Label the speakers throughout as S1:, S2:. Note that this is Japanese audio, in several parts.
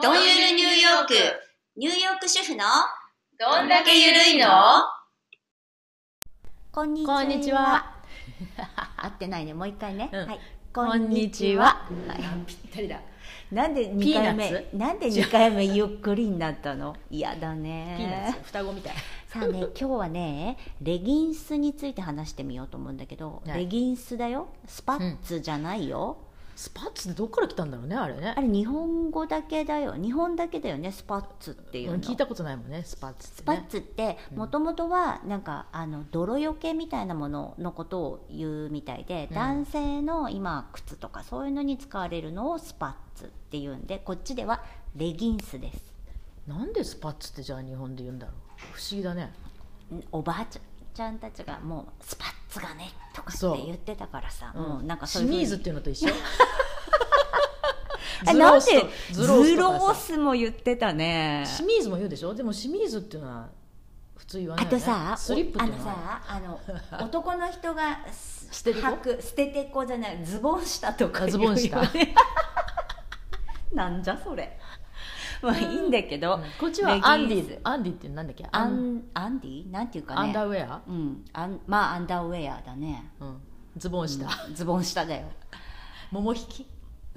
S1: どんゆるニューヨーク、ニューヨーク主婦の
S2: ど
S1: んだけゆるいのこんに
S2: こんにちは。
S1: 合ってないね、もう一回ね。
S2: うん
S1: はい。
S2: こんにちは。
S1: はい
S2: ぴったりだ。
S1: なんで二回
S2: ピーナ
S1: 目
S2: ッ、
S1: なんで二回目ゆっくりになったの嫌だ
S2: ピーナッ
S1: ね
S2: ツ。双子みたい。
S1: さあね、今日はね、レギンスについて話してみようと思うんだけど、
S2: はい
S1: レギンスだよ。スパッツじゃないよ。
S2: スパッツってどっから来たんだろうねあれね
S1: あ。れ日本語だけだよ。日本だけだよね、スパッツっていう
S2: う
S1: の。
S2: ん聞いたことないもんねスパッツっ
S1: ス
S2: て
S1: パッ
S2: ね。
S1: ツってもともとはなんかあの泥よけみたいなもののことを言うみたいで、
S2: うん
S1: 男性の今靴とかそういうのに使われるのをスパッツっていうんでこっちではレギンスです
S2: なんでスパッツってじゃあ日本で言うんだろう。不思議だね。
S1: んおばあちゃんたちがもうスパッツがねとか
S2: そう
S1: って言ってたからさ
S2: うん
S1: もうなんかそう
S2: シ
S1: いうふうに
S2: ミーズっていうのと 一緒。
S1: あ
S2: ズ
S1: な
S2: ロー
S1: んで
S2: スと
S1: ズ
S2: ズ
S1: ロ
S2: ロー
S1: ース
S2: スとかさ
S1: も言ってたね
S2: シミーズも言うでしょ。でもシミーズっていうのは普通言わない
S1: あ
S2: よね。
S1: とさ、
S2: スリップ
S1: お
S2: っ
S1: あ
S2: ていう
S1: の
S2: のは。
S1: さ、あ の男の人がす
S2: 捨ててこ
S1: 履く捨ててこじゃないズボン下とか
S2: あズボン下
S1: 言うよね なんじゃそれ。まあいいんだけど、
S2: こっちはアンデ
S1: レギン
S2: ィ
S1: ス
S2: アンディってなんだっけ。
S1: アンアンディなんていうか
S2: ア
S1: ね。
S2: ンダーウェア。
S1: うん、あんまあアンダーウェアだね。
S2: うん。ズボン下。
S1: ズボン下だよ。
S2: もも引き。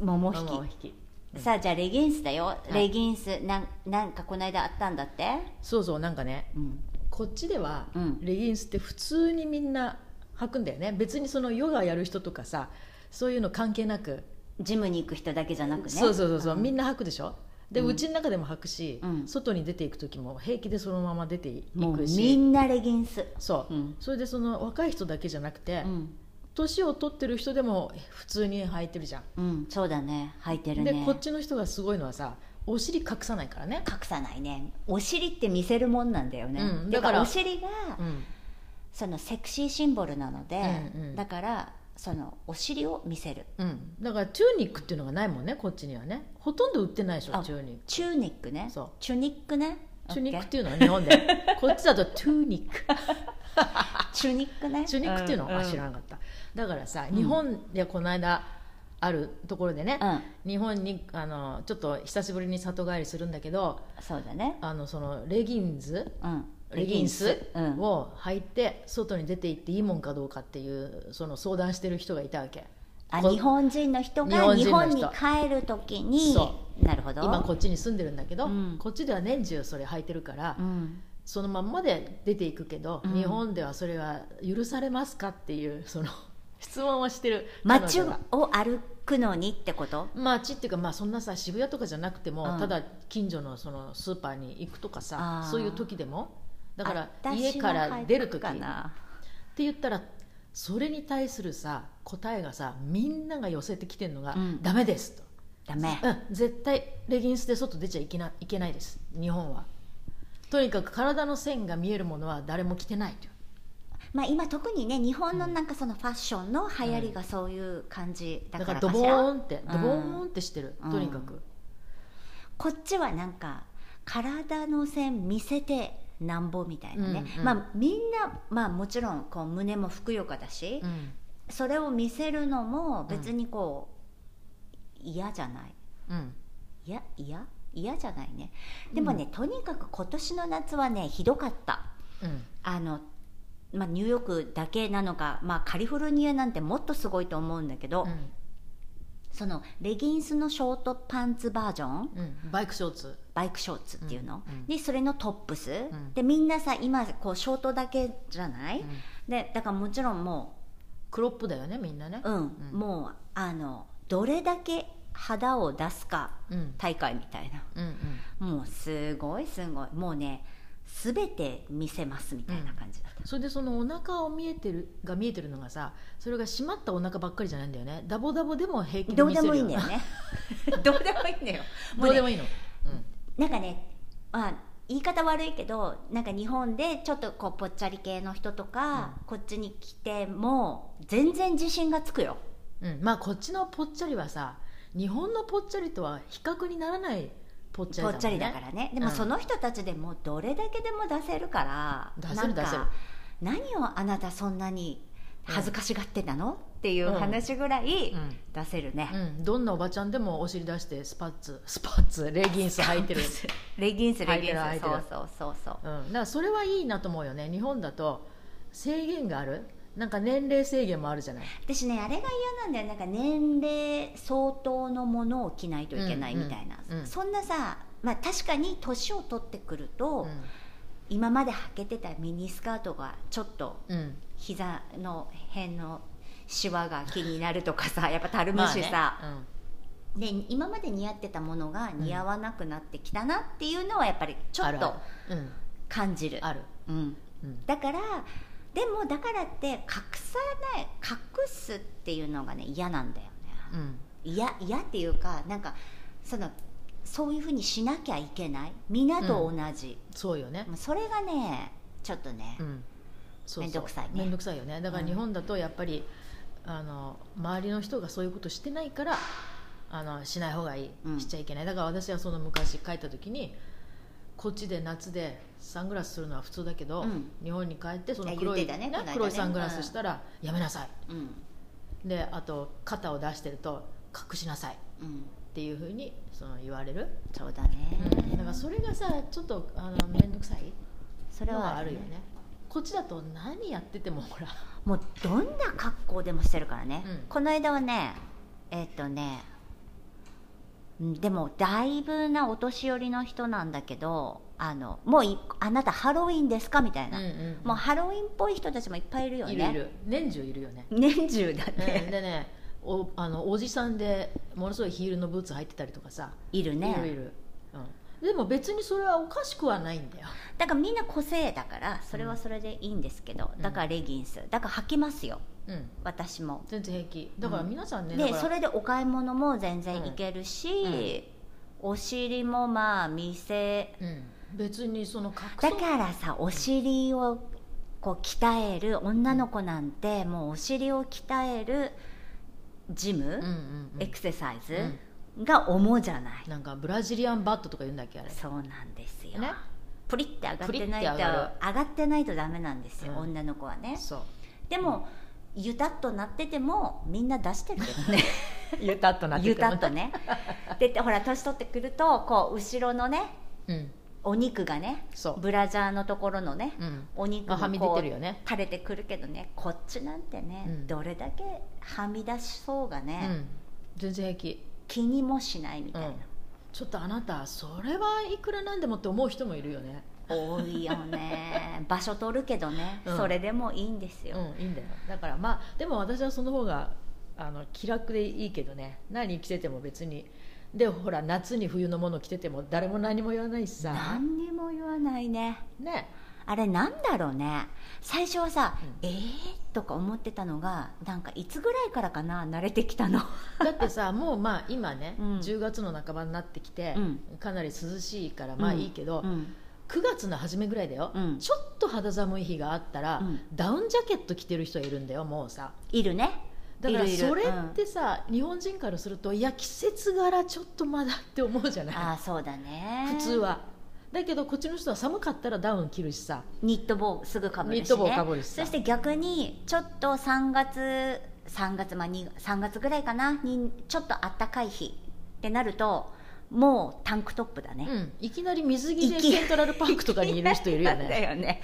S1: もも
S2: もも
S1: 引
S2: 引き。
S1: き。さあじゃあレギンスだよ。
S2: い
S1: レギンスなんなんかこの間あったんだって。
S2: そうそうなんかね。
S1: うん。
S2: こっちでは
S1: うん
S2: レギンスって普通にみんな履くんだよね、別にそのヨガやる人とかさそういうの関係なく、
S1: ジムに行く人だけじゃなくね。
S2: そうそうそうそう、
S1: ん
S2: みんな履くでしょで、うちの中でも履くし、
S1: うん
S2: 外に出ていく時も平気でそのまま出てい
S1: もう
S2: く
S1: み
S2: し
S1: んなレギンス。
S2: そう、
S1: うん
S2: それでその若い人だけじゃなくて
S1: うん。
S2: 年、を取ってる人でも普通に履いてるじゃん、
S1: うん、そうだね履いてるね
S2: でこっちの人がすごいのはさお尻隠さないからね、
S1: 隠さないねお尻って見せるもんなんだよね、
S2: うん
S1: だ
S2: だ
S1: か
S2: からら
S1: お尻が
S2: うん
S1: そのセクシーシンボルなので、
S2: うんうん
S1: だからそのお尻を見せる
S2: うん、だからチューニックっていうのがないもんねこっちにはねほとんど売ってないでしょ
S1: あ
S2: チューニック
S1: チューニックね
S2: そう
S1: チュニックね
S2: チュニックっ
S1: OK
S2: ていうのは日本で こっちだとトゥーニック
S1: チュニックね
S2: チュニックっていうのはあ知ら
S1: ん、
S2: なかっただからさ日本でこの間あるところでね、
S1: うん、
S2: 日本にあのちょっと久しぶりに里帰りするんだけど
S1: そうだね、
S2: あのそのレギンズ
S1: うん、
S2: レギンス
S1: うん、
S2: を履いて外に出て行っていいもんかどうかっていうその相談してる人がいたわけ
S1: あ
S2: こ
S1: 日本人の人
S2: 日
S1: が
S2: 本
S1: 日
S2: 人の
S1: 本
S2: 人
S1: に帰るときに
S2: そ
S1: なるほど
S2: 今こっちに住んでるんだけど、
S1: うん
S2: こっちでは年中それ履いてるから、
S1: うん、
S2: そのまんまで出ていくけど、
S1: うん
S2: 日本ではそれは許されますかっていうその 質問をしてる彼
S1: 街
S2: 女
S1: を
S2: が
S1: 歩くのにってこと
S2: 街っていうか、まあ、そんなさ渋谷とかじゃなくても、
S1: うん
S2: ただ近所のそのスーパーに行くとか
S1: あ
S2: さ
S1: ー
S2: そういう時でもだか
S1: あ
S2: ら家から出る時っ
S1: 私は
S2: て
S1: 入ってくかな
S2: 言ったらそれに対するさ答えがさみんなが寄せてきてるのが「
S1: うん
S2: ダメです」と。
S1: ダメ
S2: うん、絶対レギンスで外出ちゃいけないけないです日本はとにかく体の線が見えるものは誰も着てないと
S1: まあ今特にね日本のなんかそのファッションの流行りがそういう感じだ
S2: だ
S1: か
S2: からら
S1: か
S2: ド
S1: し
S2: ボ
S1: ら
S2: ーンって、ドボーンってしてる
S1: うん
S2: とにかく、
S1: こっちはなんか体の線見せてなんぼみたいなね、
S2: うんうん
S1: まあみんなまあもちろんこう胸もふくよかだし、
S2: うん
S1: それを見せるのも別にこう嫌じゃない
S2: うん
S1: いやいや嫌じゃないねでもね、とにかく今年の夏はねひどかった
S2: うん
S1: あの、まあ、ニューヨークだけなのか、まあ、カリフォルニアなんてもっとすごいと思うんだけど、そのレギンスのショートパンツバージョン
S2: うんバイクショーツ
S1: バイクショーツっていうの、
S2: うんうん
S1: でそれのトップス、
S2: ん
S1: でみんなさ今こうショートだけじゃない、
S2: ん
S1: でだからもちろんも
S2: クロップだよねみんなね
S1: う、うん
S2: うん
S1: もうあのどれだけ肌を出すか
S2: うん
S1: 大会みたいな
S2: うん
S1: もうすごいすごいもうね全て見せますみたいな感じだった、
S2: それでそのお腹を見えてるが見えてるのがさそれが締まったお腹ばっかりじゃないんだよねダボダボでも平気で
S1: どう
S2: 見
S1: で
S2: せる
S1: もいい
S2: よ
S1: んだよね どうでもいいんだよも
S2: どう
S1: うね
S2: でもいいの、
S1: なんかね、まあ、言い方悪いけどなんか日本でちょっとこうぽっちゃり系の人とか、こっちに来ても全然自信がつくよ
S2: うんうん、まあこっちのぽっちゃりはさ日本のぽっちゃりとは比較にならないぽっちゃ
S1: ぽ
S2: り
S1: っちゃりだ
S2: も
S1: か
S2: んね
S1: らねでも
S2: うん
S1: その人たちでもどれだけでも出せるから
S2: 出せる
S1: なんか
S2: 出せる
S1: 何をあなたそんなに恥ずかしがってたの、っていう話ぐらい出せるね、
S2: うん、うん、どんなおばちゃんでもお尻出してスパッツスパッツレギンス履いてる
S1: レギンスレギン
S2: 履い
S1: ス
S2: てる
S1: そ
S2: 履いう
S1: そうそうそう
S2: うん、だからそれはいいなと思うよね日本だと制限があるなんか年齢制限もあるじゃない
S1: 私ねあれが嫌なんだよなんか年齢相当のものを着ないといけないみたいな、
S2: うんうんうん
S1: そんなさまあ確かに年を取ってくると、今まで履けてたミニスカートがちょっと
S2: うん、うん
S1: 膝の辺のシワが気になるとかさやっぱたるむしさ、
S2: まあね
S1: で今まで似合ってたものが似合わなくなってきたなっていうのはやっぱりちょ
S2: う
S1: っと
S2: ん、あるあるうん
S1: 感じる
S2: ある、
S1: うん、
S2: うん
S1: だからでもだからって隠さない隠すっていうのがね嫌なんだよね
S2: うん
S1: 嫌嫌っていうかなんかそのそういうふうにしなきゃいけない皆と同じ、
S2: そうよね
S1: まあそれがねちょっとね、
S2: うんそうそう
S1: めんどくさいね
S2: めんどくさいよねだから
S1: うん
S2: 日本だとやっぱり、あの周りの人がそういうことしてないからあのしない方がいい、
S1: うん
S2: しちゃいけないだから私はその昔帰った時にこっちで夏でサングラスするのは普通だけど、
S1: うん
S2: 日本に帰ってその
S1: いや
S2: 黒い,、
S1: 言ってたねこの間ね
S2: 黒いサングラスしたら、やめなさい
S1: うん
S2: であと肩を出してると隠しなさいっ
S1: うん、
S2: ていうふうにその言われる、
S1: そうだね、
S2: うん、だからそれがさちょっとあの面倒くさい
S1: それ
S2: のは
S1: は
S2: あ
S1: あ
S2: る
S1: る
S2: よ
S1: よ
S2: ね
S1: ね
S2: こっちだと何やっててもほら
S1: もうどんな格好でもしてるからね、
S2: うん
S1: この間はねえっ、とねうんでもだいぶなお年寄りの人なんだけどあのもういあなたハロウィンですかみたいな、もうハロウィンっぽい人たちもいっぱいいるよね
S2: いるいる年中いるよね、
S1: 年中だ
S2: うん
S1: ね、
S2: でねおあのおじさんでものすごいヒールのブーツ履いてたりとかさ、
S1: いるね
S2: いるいる、うん、でも別にそれはおかしくはないんだよ
S1: だからみんな個性だからそれはそれでいいんですけど、
S2: うん
S1: だからレギンスだから履きますよ
S2: うん
S1: 私も
S2: 全然平気だから皆さんね、だ
S1: で
S2: から
S1: それでお買い物も全然行けるし、お尻もまあ見せ
S2: うん、別にその隠
S1: だ
S2: そう
S1: からさお尻をこう鍛える女の子なんてもうお尻を鍛えるジム、
S2: うんうんうん
S1: エクササイズが重じゃない、
S2: なんかブラジリアンバットとか言うんだっけあれ
S1: そうなんですよ、
S2: ね
S1: プリって上がっ
S2: プリって
S1: て
S2: 上が
S1: ない
S2: る
S1: と上がってないとダメなんですよ、
S2: うん
S1: 女の子はね
S2: そう
S1: でも、ゆたっとなっててもみんな出してるけ どね
S2: ゆたっとな
S1: ゆたっとねでほら年取ってくるとこう後ろのね
S2: うん
S1: お肉がね
S2: そう
S1: ブラジャーのところのね、
S2: うん
S1: お肉が
S2: あはみ出
S1: こう
S2: てるよね
S1: 垂れてくるけどねこっちなんてね、
S2: うん
S1: どれだけはみ出しそうが
S2: う
S1: ね、
S2: ん全然平気
S1: 気にもしないみたいな、
S2: うんちょっとあなたそれはいくらなんでもって思う人もいるよね
S1: 多いよ ね場所取るけどね、
S2: うん
S1: それでもいいんですよ、
S2: うんいいんだよだからまあでも私はその方があの気楽でいいけどね何着てても別にでほら夏に冬のもの着てても誰も何も言わないしさ
S1: 何にも言わないね
S2: ね
S1: あれなんだろうね最初はさ「
S2: う
S1: えー?」とか思ってたのがなんかいつぐらいからかな慣れてきたの
S2: だってさ もうまあ今ね、
S1: うん
S2: 10月の半ばになってきて、
S1: うん
S2: かなり涼しいからまあいいけど、
S1: うん
S2: 9月の初めぐらいだよ、
S1: うん
S2: ちょっと肌寒い日があったら、
S1: うん
S2: ダウンジャケット着てる人いるんだよもうさ
S1: いるね
S2: だから
S1: いるいる
S2: それってさ日本人からするといや季節柄ちょっとまだって思うじゃない
S1: ああそうだね
S2: 普通はだけどこっちの人は寒かったらダウン着るしさ
S1: ニット帽すぐかぶるし、ね、
S2: ニット帽かぶるしさ
S1: そして逆にちょっと3月3月まあに3月ぐらいかなにちょっと暖かい日ってなるともうタンクトップだね、
S2: うんいきなり水着で
S1: いき
S2: セントラルパークとかにいる人いるよ
S1: だ
S2: ね
S1: よね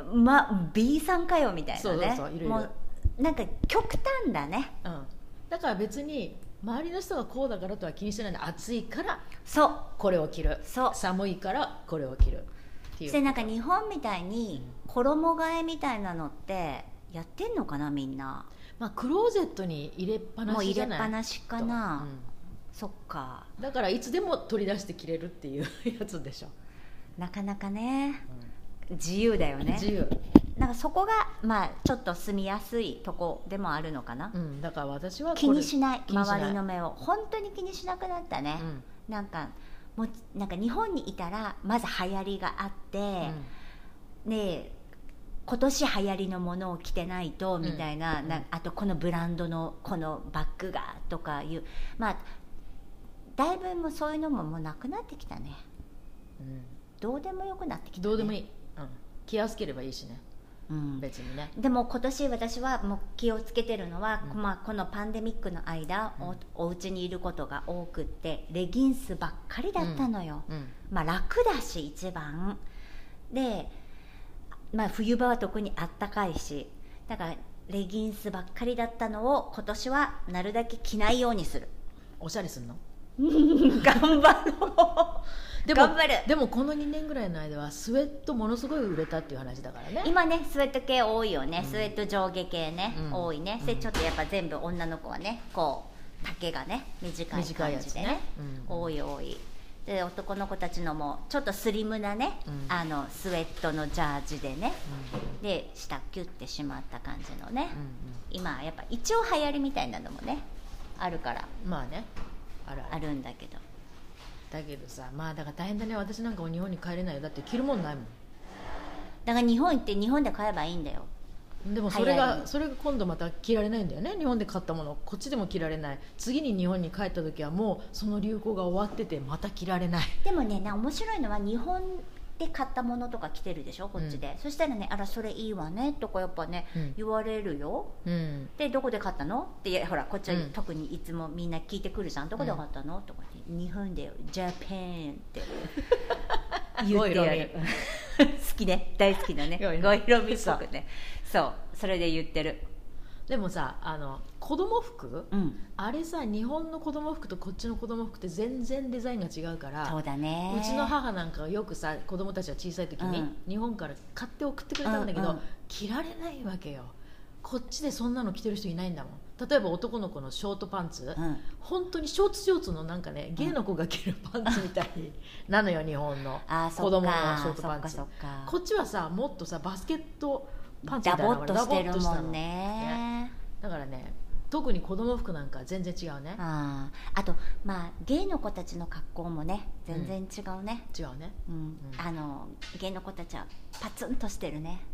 S2: うん
S1: で、ま、B さんかよみたいなね
S2: そうそうそういるいる
S1: もうなんか極端だね
S2: うんだから別に周りの人がこうだからとは気にしてないの暑いから
S1: そう
S2: これを着る
S1: そう
S2: 寒いからこれを着るってい
S1: そうしてなんか日本みたいに衣替えみたいなのってやってんのかなみんな
S2: まあ、クローゼットに入れっぱな
S1: もう
S2: し
S1: 入
S2: じ
S1: れ
S2: ゃ
S1: っ
S2: ない
S1: ぱなしかな、
S2: うん
S1: そっか
S2: だからいつでも取り出して着れるっていうやつでしょ、
S1: なかなかね自由だよね
S2: 自由、
S1: なんかそこがまあちょっと住みやすいとこでもあるのかな、
S2: うん、だから私はこれ
S1: 気にしない
S2: 気にしない
S1: 周りの目を本当に気にしなくなったね
S2: う、ん
S1: なんかもうなんか日本にいたらまず流行りがあって、
S2: うん
S1: ねえ今年流行りのものを着てないとみたいな,、
S2: うん
S1: なあとこのブランドのこのバッグがとかいうまあだいぶもうそういうのももうなくなってきたね
S2: うん
S1: どうでもよくなってきた、ね、
S2: どうでも
S1: い、
S2: いい、うん、気安ければいいしね
S1: うん、
S2: 別にね
S1: でも今年私はもう気をつけてるのは、
S2: うん
S1: まあ、このパンデミックの間、
S2: うん
S1: おお家にいることが多くってレギンスばっかりだったのよ、
S2: うん
S1: まあ、楽だし一番で、まあ、冬場は特にあったかいしだからレギンスばっかりだったのを今年はなるだけ着ないよう にする
S2: おしゃれすんの
S1: 頑張ろ
S2: でも
S1: 頑張る
S2: でもこの2年ぐらいの間はスウェットものすごい売れたっていう話だからね
S1: う今ねスウェット系多いよね、
S2: うん
S1: スウェット上下系ね、
S2: うん
S1: 多いねで
S2: うん
S1: ちょっとやっぱ全部女の子はねこう丈がね短い
S2: 短いや
S1: 感
S2: つ
S1: じで
S2: ね
S1: ね
S2: うん
S1: 多い多いで男の子たちのもちょっとスリムなね、
S2: うん
S1: あのスウェットのジャージでね
S2: う
S1: で下キュッてしまった感じのね、
S2: んうん
S1: 今やっぱ一応流行りみたいなのもねあるから
S2: うんまあねあるある
S1: あるんだけど
S2: だけどさまあだから大変だね私なんかも日本に帰れないよだって着るもんないも
S1: だから日本行って日本で買えばいいんだよ
S2: んでもそれ
S1: 早
S2: が
S1: いね
S2: それが今度また着られないんだよね日本で買ったものこっちでも着られない次に日本に帰った時はもうその流行が終わっててまた着られない
S1: でもねな面白いのは日本で買ったものとか来てるでしょこっちで、そしたらね「あらそれいいわね」とかやっぱね、
S2: うん
S1: 言われるよ
S2: うん
S1: でどこで買ったのっていやほらこっちは
S2: うん
S1: 特にいつもみんな聞いてくるじゃん、どこで買ったのとかって日本でよジャパンって 言ってやる好きね大好きだね
S2: ごいね
S1: ごいろみっぽくねそうそれで言ってる
S2: でもさあの子供服
S1: うん
S2: あれさ日本の子供服とこっちの子供服って全然デザインが違うから
S1: そうだね
S2: うちの母なんかはよくさ子供たちは小さい時に
S1: うん
S2: 日本から買って送ってくれたんだけど、
S1: うんうん
S2: 着られないわけよこっちでそんなの着てる人いないんだもん例えば男の子のショートパンツ、
S1: うん
S2: 本当にショーツショーツのなんかね芸の子が着るパンツみたい なのよ日本の
S1: あーそっか
S2: 子供のショートパンツ
S1: そっかそっか
S2: こっちはさもっとさバスケットパンツみ
S1: ダ
S2: たいな
S1: ボ
S2: のが
S1: っとして
S2: ダ
S1: る
S2: ボっと
S1: も
S2: たの
S1: んね
S2: だからね特に子供服なんかは全然違うね
S1: あーあとまあ芸の子たちの格好もね全然違うね、
S2: 違うね
S1: うん
S2: うん
S1: あの芸の子たちはパツンとしてるね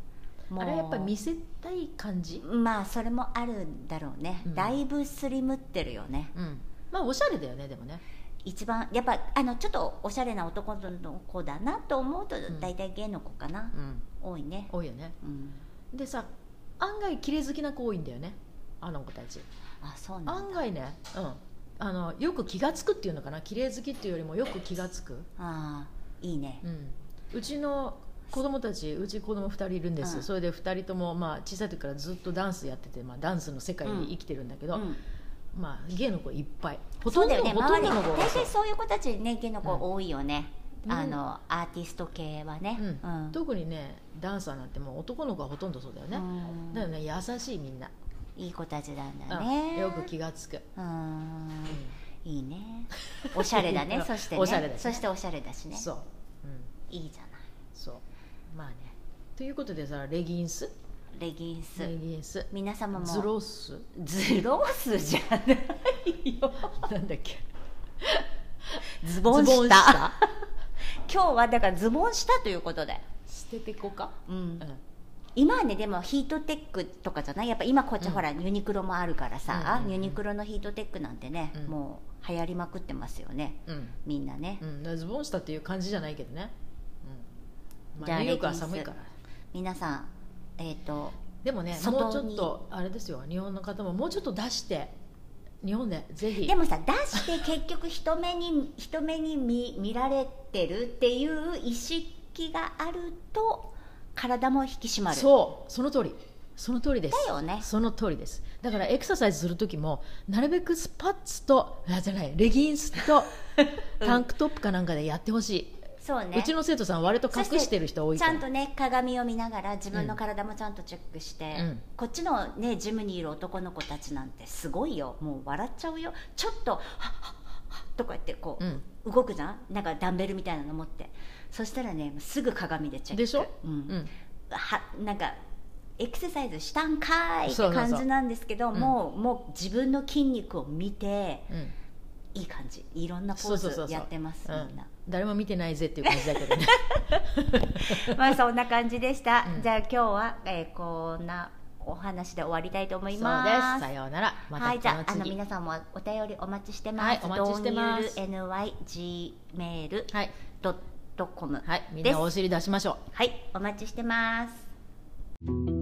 S1: もう
S2: あれはやっぱ見せたい感じ
S1: まあそれもあるんだろうね、
S2: うん
S1: だいぶスリムってるよね
S2: うんまあおしゃれだよねでもね
S1: 一番やっぱあのちょっとおしゃれな男の子だなと思うと
S2: ん
S1: 大体芸の子かな、
S2: うん
S1: 多いね、
S2: 多いよね
S1: うん、
S2: でさ案外綺麗好きな子多いんだよねあの子たち
S1: あそうなん
S2: 案
S1: だ
S2: 外ねうんあのよく気が付くっていうのかな綺麗好きっていうよりもよく気が付く
S1: あーいいね
S2: うんうちの子供たちうち子供2人いるんです、
S1: うん
S2: それで2人とも、まあ、小さい時からずっとダンスやってて、まあ、ダンスの世界に生きてるんだけど、
S1: うん
S2: まあ、芸の子いっぱいほ
S1: そ
S2: と
S1: うんだ
S2: ど,、
S1: よ
S2: ほ
S1: ね
S2: と
S1: 周
S2: ん
S1: り
S2: どの
S1: 大
S2: 子がそう
S1: 体そういう子たちね芸の子多いよね、
S2: うん
S1: あのアーティスト系はね、
S2: うん
S1: うん
S2: 特にねダンサーなんてもう男の子はほとんどそうだよね、
S1: うん
S2: だよね優しいみんな、
S1: いい子たちなんだ
S2: う
S1: ね、
S2: んよく気が付く、
S1: うん
S2: う
S1: いいねおしゃれだ
S2: いい
S1: ね
S2: よ
S1: そしてね
S2: おしゃれだしね
S1: そしておしゃれだし
S2: ん
S1: ね
S2: そう、うん、
S1: いいじゃない
S2: そうまあねということでさレギンス
S1: レギンス、
S2: レギンス
S1: 皆様も
S2: ズロース
S1: ズロースじゃないよ
S2: なんだっけ
S1: ズボン下
S2: ズボン下
S1: 今日はだからズボン下ということで、
S2: 捨ててこか、
S1: うん
S2: うん
S1: 今はねでもヒートテックとかじゃないやっぱ今こっちはほら、ユニクロもあるからさ、
S2: うんうんうん
S1: ユニクロのヒートテックなんてね、
S2: うん
S1: もう流行りまくってますよね
S2: うん
S1: みんなね、
S2: うん、だからズボン下っていう感じじゃないけどね、うん
S1: じゃ
S2: ま
S1: あ
S2: あ、ニューヨークは
S1: レギンス
S2: 寒いから
S1: 皆さんえっ、と
S2: でもね
S1: 外
S2: も
S1: に
S2: うちょっとあれですよ日本の方ももうちょっと出して日本でぜひ
S1: でもさ出して結局人目に 人目に見見られてるっていう意識があると体も引き締まる
S2: そうその通りその通りです
S1: だよね
S2: その通りですだからエクササイズする時もなるべくスパッツとあじゃないレギンス とタンクトップかなんかでやってほしい、
S1: そうね
S2: うちの生徒さん割と隠してる人多い
S1: ち
S2: か
S1: ゃ
S2: ら
S1: んとね鏡を見ながら自分の体もちゃんとチェックして、
S2: うん
S1: こっちのねジムにいる男の子たちなんてすごいよもう笑っちゃうよちょっとはっはっはっとかやってこう、
S2: うん
S1: 動くじゃんなんかダンベルみたいなの持ってそしたらねすぐ鏡でチェック
S2: でしょ
S1: うん
S2: うん
S1: はなんかエクササイズしたんかいって
S2: そうそうそう
S1: 感じなんですけど
S2: うん
S1: もうもう自分の筋肉を見て
S2: うん
S1: いい感じいろんなポ
S2: そうそうそう
S1: ー
S2: そう
S1: ズやってますみん
S2: う。
S1: な
S2: ん誰も見てないぜっていう感じだけどね
S1: まあそんな感じでした、
S2: うん
S1: じゃあ今日は、えーこんなお話で終わりたいと思い
S2: そう
S1: ま
S2: ですさ
S1: す。
S2: ようならまた
S1: はい、じゃああ
S2: この
S1: の
S2: 次
S1: 皆さんもお便りお待ちしてます。
S2: はいお待ちしてます
S1: 導入 nygmail
S2: はい、
S1: ドットコム。
S2: はい、みんなお尻出しましょう
S1: はい、お待ちしてます。